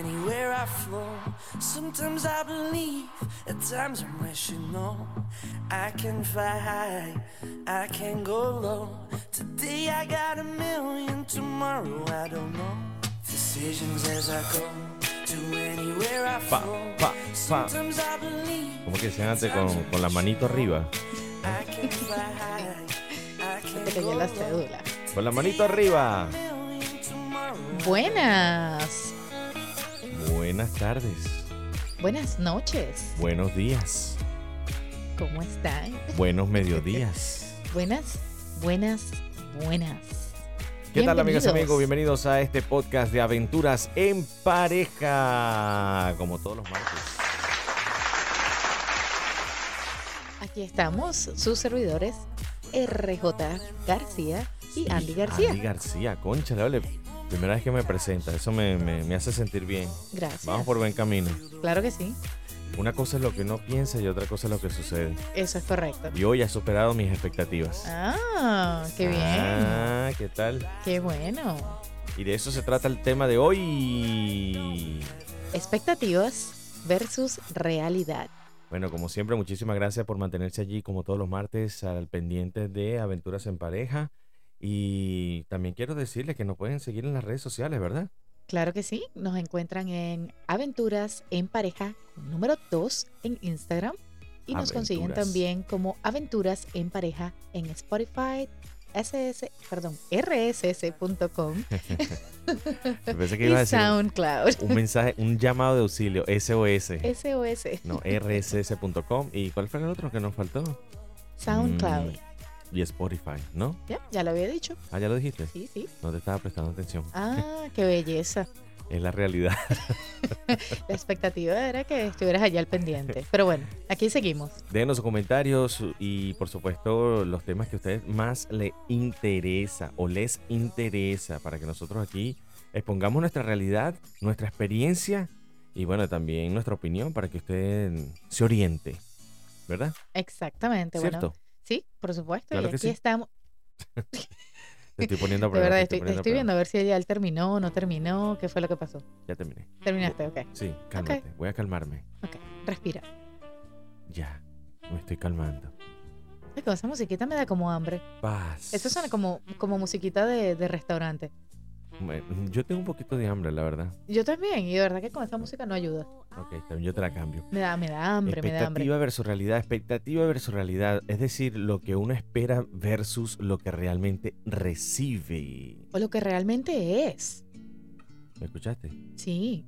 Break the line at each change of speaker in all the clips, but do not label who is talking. I flow. Sometimes I believe, at times I'm rational. I can fly high, I can go low. Today I got a million, tomorrow I don't know. Decisions as I go, to anywhere I
Pa,
flow.
pa, pa.
Sometimes I believe.
Como que se hace con, con la manito arriba.
I can fly high, I
Te
can
cayó
go
la
low.
cédula.
Con la manito arriba.
Million tomorrow.
Buenas.
Buenas tardes.
Buenas noches.
Buenos días.
¿Cómo están?
Buenos mediodías.
Buenas, buenas, buenas.
¿Qué tal amigas y amigos?
Bienvenidos.
Bienvenidos a este podcast de aventuras en pareja. Como todos los martes.
Aquí estamos, sus servidores RJ García y Andy García.
Andy García, concha, dale. Primera vez que me presenta, eso me, me- me hace sentir bien.
Gracias.
Vamos por buen camino.
Claro que sí,
Una cosa es lo que uno piensa y otra cosa es lo que sucede.
eso es correcto.
Y hoy ha superado mis expectativas.
Ah, qué bien,
Ah, ¿qué tal?
qué bueno.
Y de eso se trata el tema de hoy.
Expectativas versus realidad.
Bueno, como siempre, muchísimas gracias por mantenerse allí, como todos los martes, al pendiente de Aventuras en Pareja. Y también quiero decirles que nos pueden seguir en las redes sociales, ¿verdad?
Claro que sí, nos encuentran en Aventuras en Pareja número 2 en Instagram y nos consiguen
Aventuras.
también como Aventuras en Pareja en Spotify, SS, perdón, rss.com
Pensé que iba a
y
decir un,
SoundCloud.
un mensaje, un llamado de auxilio, SOS.
SOS,
No, rss.com. ¿Y cuál fue el otro que nos faltó?
SoundCloud.
Mm, y Spotify, ¿no?
Ya, ya lo había dicho.
Ah, ya lo dijiste.
Sí, sí.
No te estaba prestando atención.
Ah, qué belleza.
Es la realidad.
La expectativa era que estuvieras allá al pendiente. Pero bueno, aquí seguimos.
Denos sus comentarios y por supuesto los temas que a ustedes más les interesa o les interesa para que nosotros aquí expongamos nuestra realidad, nuestra experiencia y bueno, también nuestra opinión para que usted se oriente. ¿Verdad?
Exactamente.
¿Cierto?
Bueno, sí, por supuesto.
Claro
y
que sí.
aquí estamos.
Te estoy poniendo a
De
prueba.
verdad,
te
estoy,
poniendo a
estoy
prueba.
viendo a ver si ella terminó o no terminó, qué fue lo que pasó.
Ya terminé.
Terminaste, ok.
Sí, cálmate. Voy a calmarme.
Ok, respira.
Ya. Me estoy calmando.
Ay, con esa musiquita me da como hambre.
Paz.
Eso suena como, como musiquita de, de restaurante.
Bueno, yo tengo un poquito de hambre, la verdad.
Yo también, y de verdad que con esa música no ayuda.
Ok, está bien, yo te la cambio.
Me da, me da hambre, me da hambre.
expectativa versus realidad, expectativa versus realidad, es decir, lo que uno espera versus lo que realmente recibe.
O lo que realmente es.
¿Me escuchaste?
Sí.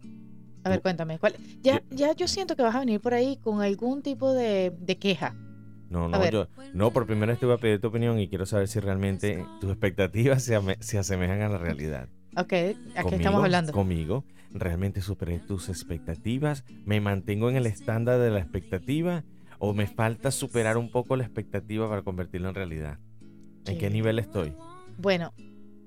A ver, cuéntame, ¿cuál? Ya, ya yo siento que vas a venir por ahí con algún tipo de, de queja.
No, no,
ver.
yo no, por primera vez te voy a pedir tu opinión y quiero saber si realmente tus expectativas se, ame- se asemejan a la realidad.
Ok, aquí
Conmigo,
estamos hablando.
Conmigo, realmente superé tus expectativas, me mantengo en el estándar de la expectativa o me falta superar un poco la expectativa para convertirlo en realidad. ¿En qué
Sí.
nivel estoy?
Bueno,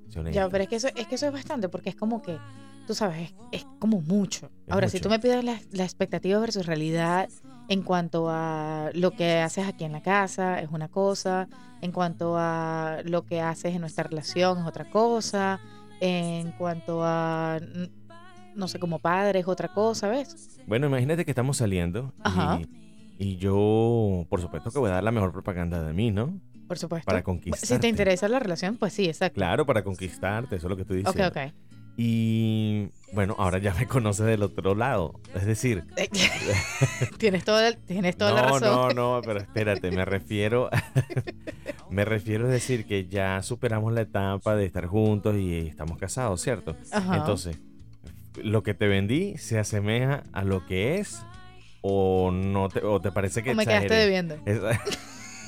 Sé honesto.
Ya, pero es que eso es, que eso es bastante, porque es como que, tú sabes, es, es como mucho.
Es
Ahora, si
mucho.
tú me pides la, la expectativa versus realidad en cuanto a lo que haces aquí en la casa, es una cosa, en cuanto a lo que haces en nuestra relación, es otra cosa, en cuanto a, n- no sé, como padre, es otra cosa, ¿ves?
Bueno, imagínate que estamos saliendo y-
Ajá.
y, yo, por supuesto que voy a dar la mejor propaganda de mí, ¿no?
Por supuesto. Pues,
Para
si
conquistarte.
te interesa la relación, pues sí, exacto.
Claro, para conquistarte, eso es lo que estoy
Ok,
diciendo.
ok.
Y bueno, ahora ya me conoces del otro lado. Es decir,
tienes toda, tienes toda
no,
la razón.
no, no, pero espérate, me refiero, me refiero a decir que ya superamos la etapa de estar juntos y estamos casados, ¿cierto?
Ajá.
Entonces, lo que te vendí se asemeja a lo que es o no te, o te parece que
O me quedaste
exageré?
debiendo.
Esa-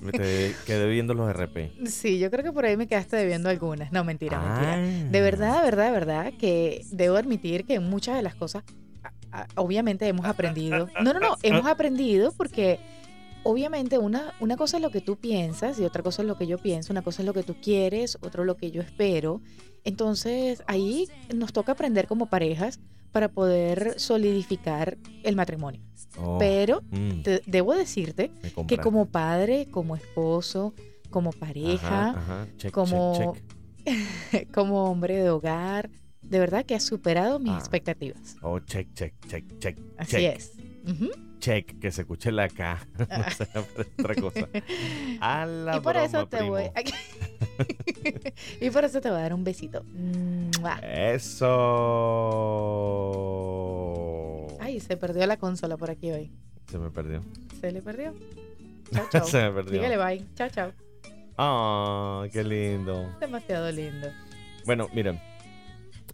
Me te- quedé viendo los RP.
Sí, yo creo que por ahí me quedaste debiendo algunas. No, mentira, mentira.
Ah.
De verdad, de verdad, de verdad, que debo admitir que muchas de las cosas, a- a- obviamente hemos aprendido. No, no, no, hemos aprendido porque obviamente una, una cosa es lo que tú piensas y otra cosa es lo que yo pienso, una cosa es lo que tú quieres, otro lo que yo espero. Entonces ahí nos toca aprender como parejas para poder solidificar el matrimonio.
Oh,
Pero
mm,
te- debo decirte
me
que
compraste.
como padre, como esposo, como pareja,
Ajá, ajá, check, check,
como-
check.
como hombre de hogar, de verdad que ha superado mis
Ah.
expectativas.
Oh, check, check, check, check.
Así
check,
es. Ujú.
Check, que se escuche la K. no sea otra cosa. A la
Ah. y por
broma,
eso te
primo.
voy. y por eso te voy a dar un besito. Mua.
Eh. Eso.
Ay, se perdió la consola por aquí hoy.
Se me perdió.
Se le perdió. Chao, chao.
se me perdió.
Dígale bye. Chao, chao.
Ah, qué lindo.
Demasiado lindo.
Bueno, miren,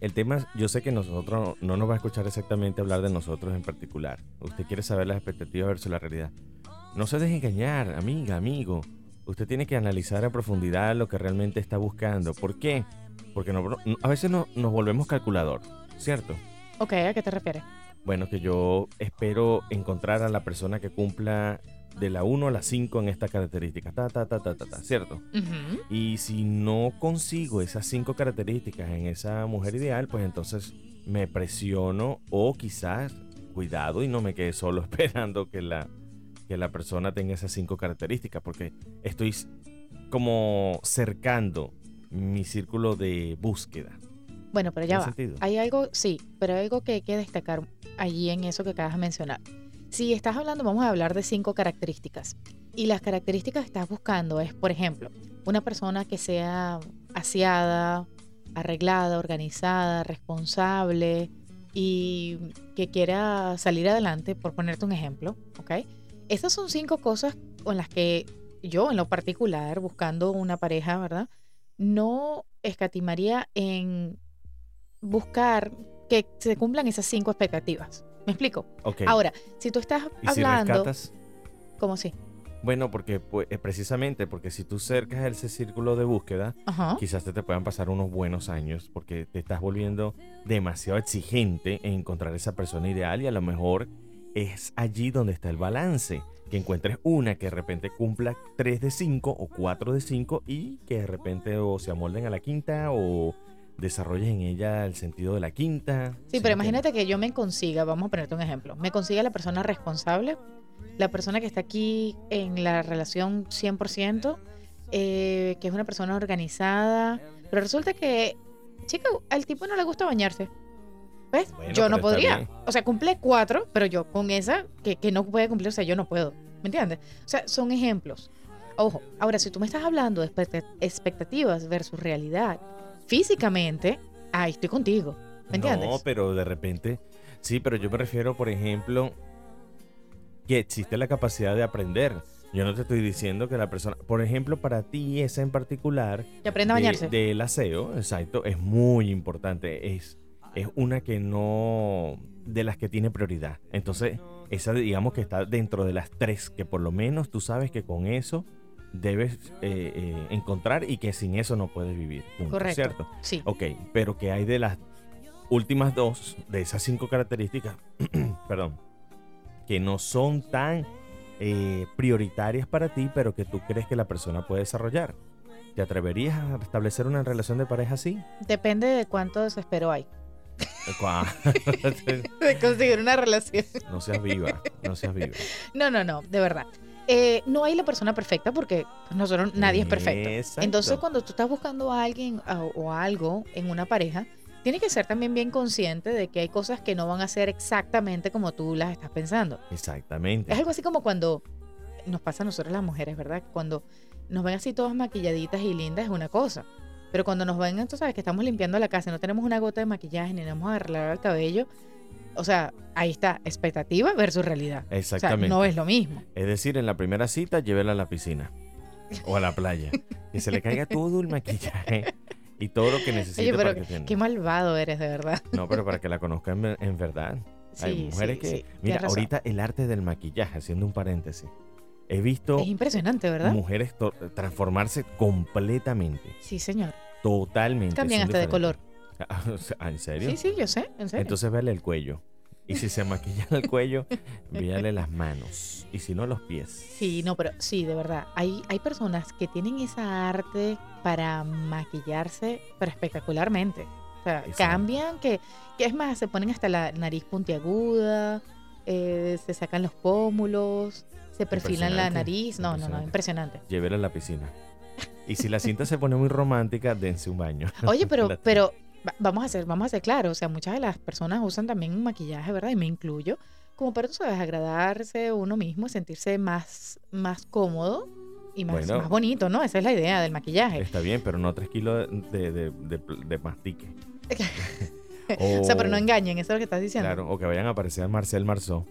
el tema, yo sé que nosotros no nos va a escuchar exactamente hablar de nosotros en particular. Usted quiere saber las expectativas versus la realidad. No se deje engañar, amiga, amigo. Usted tiene que analizar a profundidad lo que realmente está buscando. ¿Por qué? Porque no- a veces no- nos volvemos calculador, ¿cierto?
Ok, ¿a qué te refieres?
Bueno, que yo espero encontrar a la persona que cumpla de la 1 a la 5 en esta característica. Ta, ta, ta, ta, ta, ta, ¿cierto?
Ujú.
Y si no consigo esas cinco características en esa mujer ideal, pues entonces me presiono o quizás, cuidado y no me quede solo esperando que la, que la persona tenga esas cinco características, porque estoy s- como cercando mi círculo de búsqueda.
Bueno, pero ya
¿Tiene
va.
sentido?
Hay algo, sí, pero hay algo que hay que destacar allí en eso que acabas de mencionar. Si estás hablando, vamos a hablar de cinco características. Y las características que estás buscando es, por ejemplo, una persona que sea aseada, arreglada, organizada, responsable y que quiera salir adelante, por ponerte un ejemplo, ¿ok? Estas son cinco cosas con las que yo, en lo particular, buscando una pareja, ¿verdad? No escatimaría en buscar que se cumplan esas cinco expectativas. ¿Me explico?
Ok.
Ahora, si tú estás
y si
hablando,
rescatas,
como si,
bueno, porque pues, eh, precisamente porque si tú cercas ese círculo de búsqueda,
ajá,
quizás te, te puedan pasar unos buenos años porque te estás volviendo demasiado exigente en encontrar esa persona ideal y a lo mejor es allí donde está el balance. Que encuentres una que de repente cumpla 3 de 5 o 4 de 5 y que de repente o se amolden a la quinta o desarrolles en ella el sentido de la quinta.
Sí, pero imagínate que yo me consiga, vamos a ponerte un ejemplo, me consiga la persona responsable, la persona que está aquí en la relación 100%, eh, que es una persona organizada, pero resulta que, chica, al tipo no le gusta bañarse. ¿Ves?
Bueno,
yo
pero
no
está
podría.
bien.
O sea, cumple cuatro, pero yo con esa que, que no puede cumplir, o sea, yo no puedo. ¿Me entiendes? O sea, son ejemplos. Ojo, ahora si tú me estás hablando de expecta- expectativas versus realidad, físicamente, ahí estoy contigo. ¿Me entiendes?
No, pero de repente. Sí, pero yo me refiero, por ejemplo, que existe la capacidad de aprender. Yo no te estoy diciendo que la persona. Por ejemplo, para ti, esa en particular.
Que aprenda a
de-
bañarse.
Del aseo, exacto, es muy importante. Es, es una que no. de las que tiene prioridad. Entonces, esa digamos que está dentro de las tres, que por lo menos tú sabes que con eso debes eh, eh, encontrar y que sin eso no puedes vivir. punto,
Correcto.
¿Cierto?
Sí.
Ok, pero que hay de las últimas dos, de esas cinco características, perdón, que no son tan eh, prioritarias para ti, pero que tú crees que la persona puede desarrollar. ¿Te atreverías a establecer una relación de pareja así?
Depende de cuánto desespero hay.
Cuá-
De conseguir una relación.
ah, no seas viva, no seas viva.
No, no, no, de verdad. Eh, no hay la persona perfecta porque pues, nosotros nadie es perfecto.
Exacto.
Entonces, cuando tú estás buscando a alguien a- o algo en una pareja, tienes que ser también bien consciente de que hay cosas que no van a ser exactamente como tú las estás pensando.
Exactamente.
Es algo así como cuando nos pasa a nosotros las mujeres, ¿verdad? Cuando nos ven así todas maquilladitas y lindas es una cosa. Pero cuando nos ven, tú sabes que estamos limpiando la casa y no tenemos una gota de maquillaje ni nos vamos a arreglar el cabello. O sea, ahí está, expectativa versus realidad. O sea,
Exactamente.
no es lo mismo.
Es decir, en la primera cita, llévela a la piscina o a la playa. Que se le caiga todo el maquillaje y todo lo que necesite
Oye,
para
pero
que tenga.
qué malvado eres, de verdad.
No, pero para que la conozcan en, en verdad. Hay mujeres
sí,
que.
sí, tienes
mira,
razón.
ahorita el arte del maquillaje, haciendo un paréntesis. He visto
Es impresionante, ¿verdad?
mujeres to- transformarse completamente,
Sí, señor.
totalmente.
Cambian
son
hasta de color.
diferentes. O sea, ¿En serio?
Sí, sí, yo sé, en serio.
Entonces véale el cuello. Y si se maquilla el cuello, véale las manos. Y si no, los pies.
Sí, no, pero sí, de verdad. Hay, hay personas que tienen esa arte para maquillarse, pero espectacularmente. O sea,
Exacto.
cambian, que, que es más, se ponen hasta la nariz puntiaguda, eh, se sacan los pómulos, se perfilan la
Impresionante,
nariz. No, no, no, impresionante.
Llévela a la piscina. Y si la cinta se pone muy romántica, dense un baño.
Oye, pero,
La-
pero va- vamos a ser, vamos a ser claros, o sea, muchas de las personas usan también un maquillaje, ¿verdad? Y me incluyo, como para, tú sabes, agradarse uno mismo, sentirse más, más cómodo y más,
Bueno.
más bonito, ¿no? Esa es la idea del maquillaje.
Está bien, pero no 3 kilos de, de, de, de mastique.
O sea, pero no engañen, eso es lo que estás diciendo.
Claro, o que vayan a aparecer al Marcel Marceau.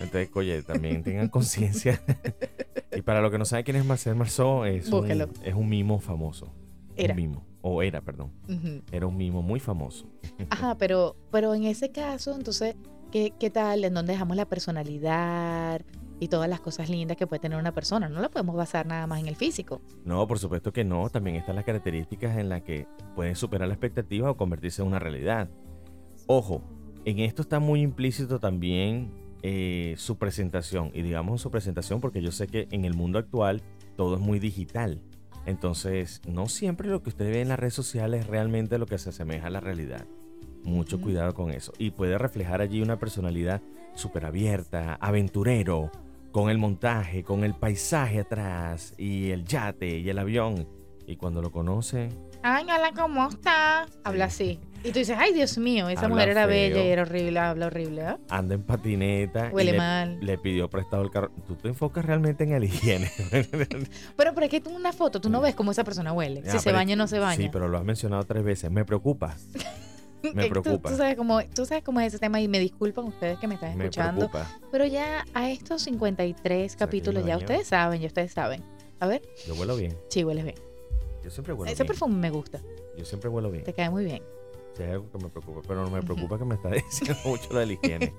Entonces, oye, también tengan conciencia. y para lo que no sabe quién es Marcel Marceau, es un,
Búsquelo.
es un mimo famoso.
Era.
Un mimo. O era, perdón.
Ujú.
Era un mimo muy famoso.
Ajá, pero, pero en ese caso, entonces, ¿qué, ¿qué tal? ¿En dónde dejamos la personalidad y todas las cosas lindas que puede tener una persona? No la podemos basar nada más en el físico.
No, por supuesto que no. También están las características en las que pueden superar la expectativa o convertirse en una realidad. Ojo, en esto está muy implícito también eh, su presentación. Y digamos su presentación porque yo sé que en el mundo actual todo es muy digital. Entonces, no siempre lo que usted ve en las redes sociales es realmente lo que se asemeja a la realidad. Mucho
Ujú.
cuidado con eso. Y puede reflejar allí una personalidad súper abierta, aventurero, con el montaje, con el paisaje atrás, y el yate, y el avión. Y cuando lo conocen,
Ay, hola, ¿cómo está? Habla así. Y tú dices, ay, Dios mío, esa
Habla
mujer era bella y
feo.
era horrible, habla horrible, ¿ah?
anda en patineta. y
Huele
le-
mal.
Le pidió prestado el carro. Tú te enfocas realmente en el higiene.
Pero, pero es que tú en una foto, tú no ves cómo esa persona huele.
Ah,
si se
Mm. pero-
baña o no se baña.
Sí, pero lo has mencionado tres veces. Me preocupa. me
Tú-
preocupa.
Tú, sabes cómo, tú sabes cómo es ese tema y me disculpan ustedes que me están
Me
escuchando.
preocupa.
Pero ya a estos 53
sea, que
capítulos,
yo me
ya
bañaba.
ustedes saben, ya ustedes saben. A ver,
Yo vuelo bien.
sí, hueles bien.
Yo siempre vuelo
ese
bien.
perfume me gusta,
Yo siempre vuelo bien.
te cae muy bien.
Si hay algo que me preocupa. Pero no me
Ujú.
preocupa que me está diciendo mucho lo de la higiene.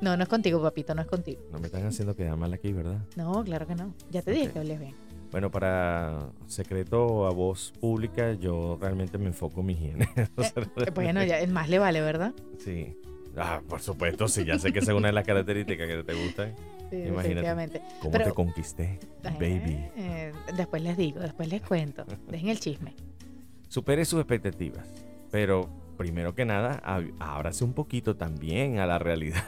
No, no es contigo, papito, no es contigo.
No me están haciendo quedar mal aquí, ¿verdad?
No, claro que no. Ya te dije
Ok.
que hueles bien.
Bueno, para secreto a voz pública, yo realmente me enfoco en mi higiene. O sea,
Eh, Bueno, ya, el más le vale, ¿verdad?
Sí. Ah, por supuesto, sí, ya sé que esa es una de las características que te gustan.
Sí,
Imagínate.
definitivamente.
¿Cómo
Pero-
te conquisté, baby?
Eh, después les digo, después les cuento. Dejen el chisme.
Supere sus expectativas, pero primero que nada, ab- ábrase un poquito también a la realidad.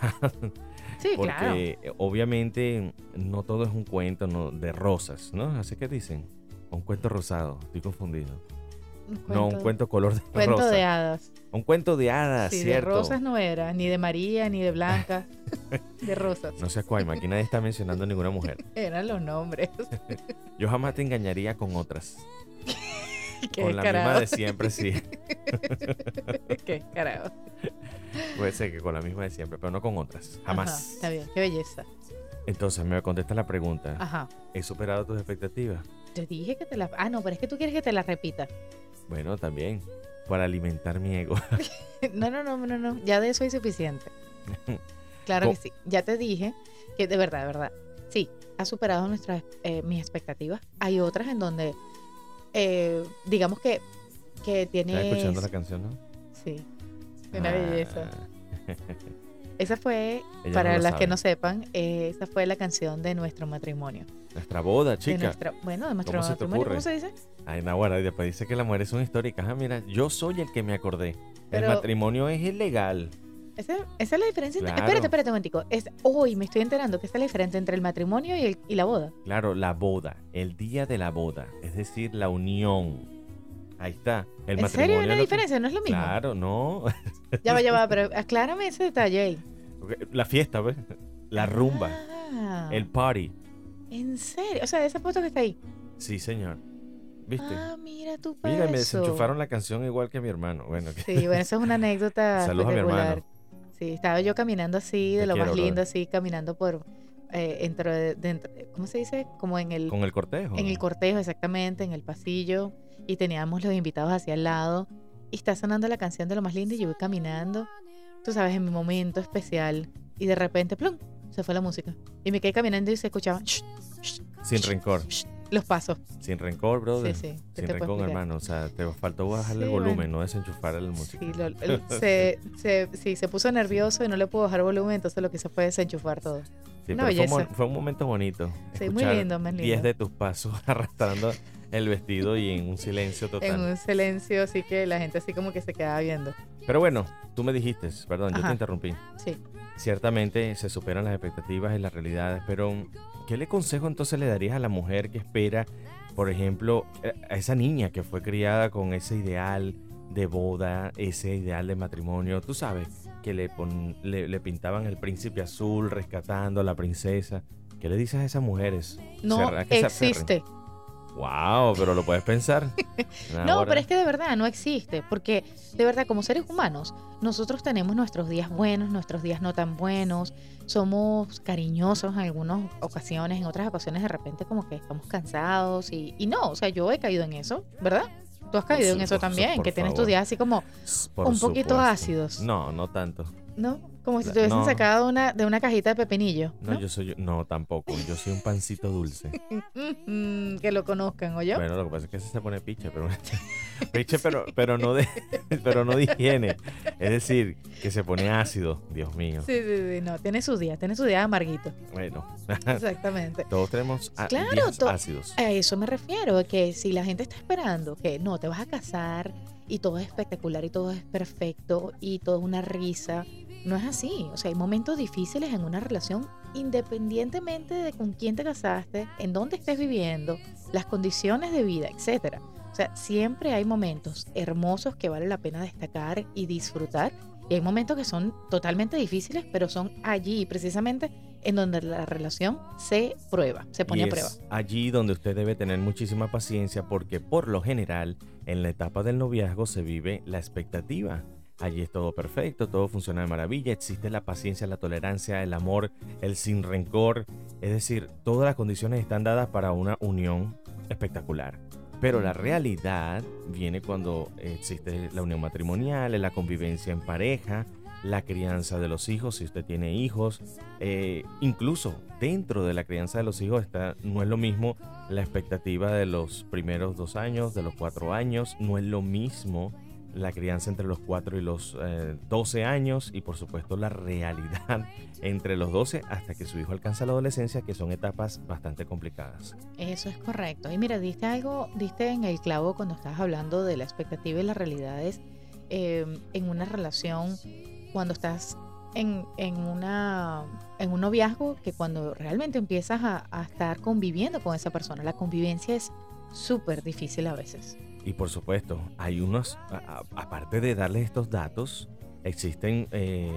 Sí, claro.
Porque eh, obviamente no todo es un cuento no, de rosas, ¿no? Así que dicen, un cuento rosado, estoy confundido.
Un
no, un cuento color de
cuento
rosa.
de hadas.
Un cuento de hadas,
sí, de
¿cierto?
rosas no era, ni de María, ni de Blanca. de rosas.
No seas cuaima, aquí nadie está mencionando a ninguna mujer.
Eran los nombres.
Yo jamás te engañaría con otras.
Qué
con la
descarado.
misma de siempre, sí.
Qué descarado.
Puede ser que con la misma de siempre, pero no con otras. Jamás.
Ajá, está bien, Ah. qué belleza.
Entonces me contesta la pregunta.
Ajá.
¿He superado tus expectativas?
Yo dije que te la. Ah, no, pero es que tú quieres que te la repita.
Bueno, también. Para alimentar mi ego.
No, no, no, no, no. Ya de eso es suficiente. Claro
Co-
que sí. Ya te dije que de verdad, de verdad. Sí, ha superado nuestras eh, mis expectativas. Hay otras en donde, eh, digamos que, que
¿Estás escuchando la
tienes.
canción, no?
Sí. Una
Ah,
belleza. Esa fue,
Ella
para
no lo
las que
sabe.
no sepan, eh, esa fue la canción de nuestro matrimonio.
Nuestra boda,
De
chica.
nuestra- bueno, de nuestro
¿Cómo se te
matrimonio,
ocurre?
¿cómo se dice?
Ay, Nahuara, y después dice que las mujeres son históricas. Ah, mira, yo soy el que me acordé.
Pero-
El matrimonio es ilegal.
Esa, esa es la diferencia. entre-
Claro.
Espérate, espérate un momentico. Es, hoy me estoy enterando que esa es la diferencia entre el matrimonio y, el- y la boda.
Claro, la boda. El día de la boda. Es decir, la unión. Ahí está. El
¿En
matrimonio.
serio hay
es lo
una
que-
diferencia? ¿No es lo mismo?
Claro, no.
Ya va, ya va, pero aclárame ese detalle ahí.
La fiesta, ¿ves? La rumba.
Ah,
El party.
¿En serio? O sea, esa foto que está ahí.
Sí, señor. ¿Viste?
Ah, mira tú para
Mira, me
eso.
desenchufaron la canción igual que mi hermano. Bueno, que-
Sí, bueno, eso es una anécdota
Saludos a mi
espectacular.
hermano.
Sí, estaba yo caminando así, de
Te
lo
quiero,
más
brother.
lindo, así, caminando por... eh, dentro de, dentro- ¿Cómo se dice? Como en el,
con el cortejo.
en el cortejo, exactamente, en el pasillo. Y teníamos los invitados hacia el lado. Y está sonando la canción de lo más lindo y yo voy caminando. Tú sabes, en mi momento especial. Y de repente, plum, se fue la música. Y me quedé caminando y se escuchaba "Shh, shh,
Sin rencor.
shh", los pasos.
Sin rencor, brother.
Sí, sí. ¿qué
Sin
te puedo
rencor,
explicar?
hermano. O sea, te faltó bajarle el
Sí,
volumen,
bueno.
no desenchufar el músico.
Sí, lo- el- se, se- sí, se puso nervioso y no le pudo bajar volumen, entonces lo que hizo fue desenchufar todo.
Sí,
Una
pero fue, un,
belleza.
mo- fue un momento bonito.
Sí, muy
escuchar
lindo, más lindo.
Diez de tus pasos arrastrando el vestido y en un silencio
En
total.
un silencio, así que la gente así como que se quedaba viendo.
Pero bueno, tú me dijiste, perdón, yo te
Ajá.
interrumpí.
Sí.
Ciertamente se superan las expectativas y las realidades, pero ¿qué le consejo entonces le darías a la mujer que espera, por ejemplo, eh, a esa niña que fue criada con ese ideal de boda, ese ideal de matrimonio, tú sabes, que le, pon- le, le pintaban el príncipe azul rescatando a la princesa. ¿Qué le dices a esas mujeres?
No
¿Será que se aferran?
existe.
Wow, pero lo puedes pensar.
No, pero es que de verdad no existe, porque de verdad como seres humanos nosotros tenemos nuestros días buenos, nuestros días no tan buenos, somos cariñosos en algunas ocasiones, en otras ocasiones de repente como que estamos cansados y, y no, o sea, yo he caído en eso, ¿verdad? Tú has
Por
caído en eso
supuesto,
también,
por
que tienes tus
favor.
días así como,
Por
un poquito
supuesto.
ácidos.
No, no tanto.
¿no? Como si
La-
te hubiesen
no.
sacado una, de una cajita de pepinillo,
No,
¿no?
yo soy. No, tampoco. Yo soy un pancito dulce.
Mm, mm, que lo conozcan, ¿o yo?
Bueno, lo que pasa es que ese se pone piche, pero. piche, pero, pero, no de, pero no de higiene. Es decir, que se pone ácido. Dios mío.
Sí, sí, sí, no, tiene sus días, tiene sus días amarguitos,
Bueno,
exactamente.
todos tenemos a-
Claro,
días
to-
ácidos.
A eso me refiero, que si la gente está esperando que no, te vas a casar y todo es espectacular y todo es perfecto y todo es una risa, no es así. O sea, hay momentos difíciles en una relación independientemente de con quién te casaste, en dónde estés viviendo, las condiciones de vida, etcétera. O sea, siempre hay momentos hermosos que vale la pena destacar y disfrutar. Y hay momentos que son totalmente difíciles, pero son allí precisamente en donde la relación se prueba, se pone
Y
a prueba.
es allí donde usted debe tener muchísima paciencia porque por lo general en la etapa del noviazgo se vive la expectativa. Allí es todo perfecto, todo funciona de maravilla, existe la paciencia, la tolerancia, el amor, el sin rencor. Es decir, todas las condiciones están dadas para una unión espectacular. Pero la realidad viene cuando existe la unión matrimonial, la convivencia en pareja, la crianza de los hijos, si usted tiene hijos, eh, incluso dentro de la crianza de los hijos está, no es lo mismo la expectativa de los primeros dos años, de los cuatro años, no es lo mismo la crianza entre los cuatro y los eh, 12 años y por supuesto la realidad entre los 12 hasta que su hijo alcanza la adolescencia, que son etapas bastante complicadas.
Eso es correcto. Y mira, diste algo, diste en el clavo cuando estabas hablando de la expectativa y las realidades eh, en una relación, cuando estás en, en una, en un noviazgo, que cuando realmente empiezas a, a estar conviviendo con esa persona, la convivencia es súper difícil a veces.
Y por supuesto, hay unos, a- a- aparte de darles estos datos, existen eh,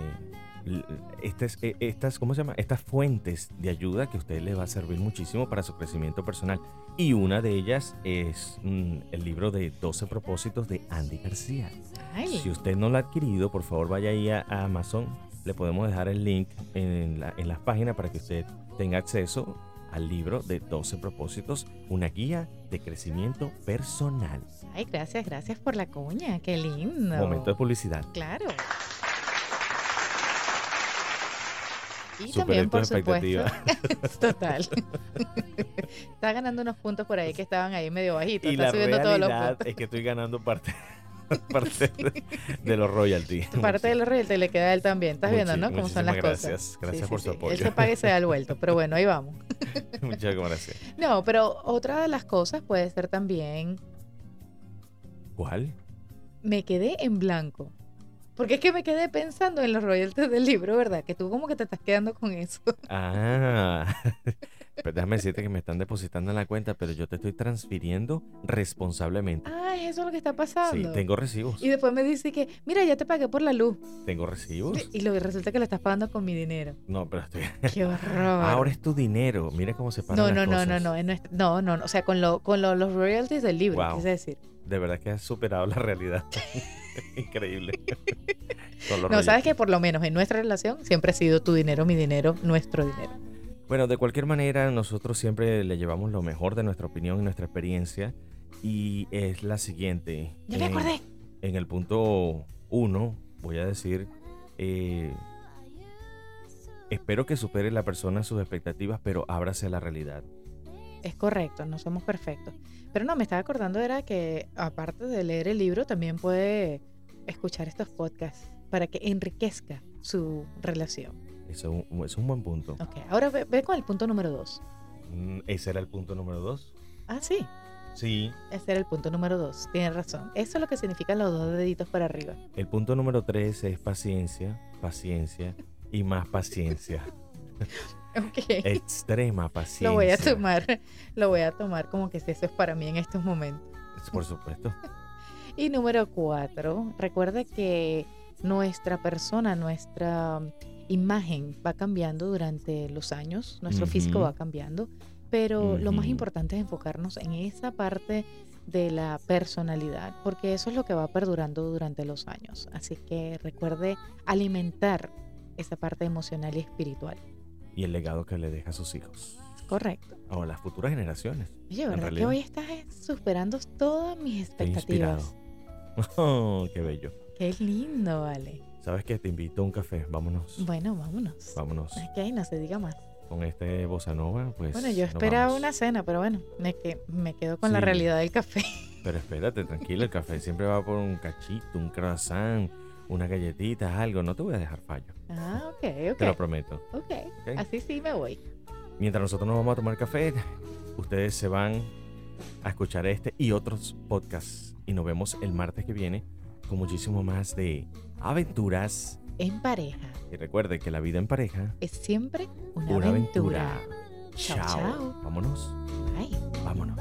l- estas, eh, estas, ¿cómo se llama? Estas fuentes de ayuda que a usted le va a servir muchísimo para su crecimiento personal. Y una de ellas es mm, el libro de 12 propósitos de Andy García.
Ay,
Si usted no lo ha adquirido, por favor vaya ahí a, a Amazon. Le podemos dejar el link en, la- en las páginas para que usted tenga acceso al libro de 12 propósitos, una guía de crecimiento personal.
ay, gracias, gracias por la cuña, qué lindo.
Momento de publicidad.
Claro. Y
Superé
también, por
tus
supuesto, total. Está ganando unos puntos por ahí que estaban ahí medio bajitos.
Y
Está
la
subiendo todos los
realidad
puntos.
es que estoy ganando parte, parte de, de los royalties.
Parte del royalty le queda a él también. Estás viendo,
Muchi-
¿no? Cómo son las
muchísimas
cosas.
gracias. Gracias por su apoyo.
Él se paga y se da el vuelto, pero bueno, ahí vamos.
Muchas gracias.
No, pero otra de las cosas puede ser también,
¿Cuál?
me quedé en blanco. Porque es que me quedé pensando en los royalties del libro, ¿verdad? Que tú como que te estás quedando con eso.
Ah, pero déjame decirte que me están depositando en la cuenta, pero yo te estoy transfiriendo responsablemente.
Ah, es eso lo que está pasando.
Sí, tengo recibos.
Y después me dice que, mira, ya te pagué por la luz.
Tengo recibos.
Y lo que resulta que lo estás pagando con mi dinero.
No, pero estoy...
Qué horror.
Ahora es tu dinero. Mira cómo se paran
no,
las
no, no, no,
cosas.
no, es nuestra- no, no, no, o sea, con, lo, con lo- los royalties del libro,
Wow.
quise decir.
De verdad que has superado la realidad. Increíble. Con los
No, sabes
royalties.
que por lo menos en nuestra relación siempre ha sido tu dinero, mi dinero, nuestro dinero.
Bueno, de cualquier manera, nosotros siempre le llevamos lo mejor de nuestra opinión y nuestra experiencia. Y es la siguiente.
Ya me
En-
acordé.
En el punto uno, voy a decir, eh, espero que supere la persona sus expectativas, pero ábrase a la realidad.
Es correcto, no somos perfectos. Pero no, me estaba acordando era que aparte de leer el libro, también puede escuchar estos podcasts para que enriquezca su relación.
Eso es un, es un buen punto.
Ok, ahora ve, ve con el punto número dos.
Mm, Ese era el punto número dos.
Ah, sí,
Sí.
Ese era el punto número dos. Tienes razón. Eso es lo que significan los dos deditos para arriba.
El punto número tres es paciencia, paciencia y más paciencia.
Ok.
Extrema paciencia.
Lo voy a tomar, lo voy a tomar como que si eso es para mí en estos momentos.
Por supuesto.
Y número cuatro, recuerda que nuestra persona, nuestra um, imagen va cambiando durante los años, nuestro físico
Ujú.
va cambiando, pero lo más
Ujú.
importante es enfocarnos en esa parte de la personalidad, porque eso es lo que va perdurando durante los años. Así que recuerde alimentar esa parte emocional y espiritual.
Y el legado que le deja a sus hijos.
Correcto.
O a las futuras generaciones.
Oye,
En
¿verdad que
realidad.
hoy estás eh, superando todas mis
Estoy inspirado.
expectativas?
Oh, qué bello.
Qué lindo, vale.
¿Sabes qué? Te invito a un café. Vámonos.
Bueno, vámonos.
Vámonos.
Ok, no se diga más.
Con este bossa nova, pues.
Bueno, yo
nos
esperaba
vamos.
una cena, pero bueno, me, que, me quedo con la
Sí.
realidad del café.
Pero espérate, tranquilo. El café siempre va por un cachito, un croissant, unas galletitas, algo. No te voy a dejar fallo.
Ah, ok,
Te lo
ok.
prometo.
Ok,
Ok.
así sí me voy.
Mientras nosotros nos vamos a tomar café, ustedes se van a escuchar este y otros podcasts. Y nos vemos el martes que viene con muchísimo más de aventuras.
En pareja
Y recuerde que la vida en pareja
es siempre una,
una
aventura.
aventura.
Chao,
Chao.
chao.
Vámonos.
Bye.
Vámonos.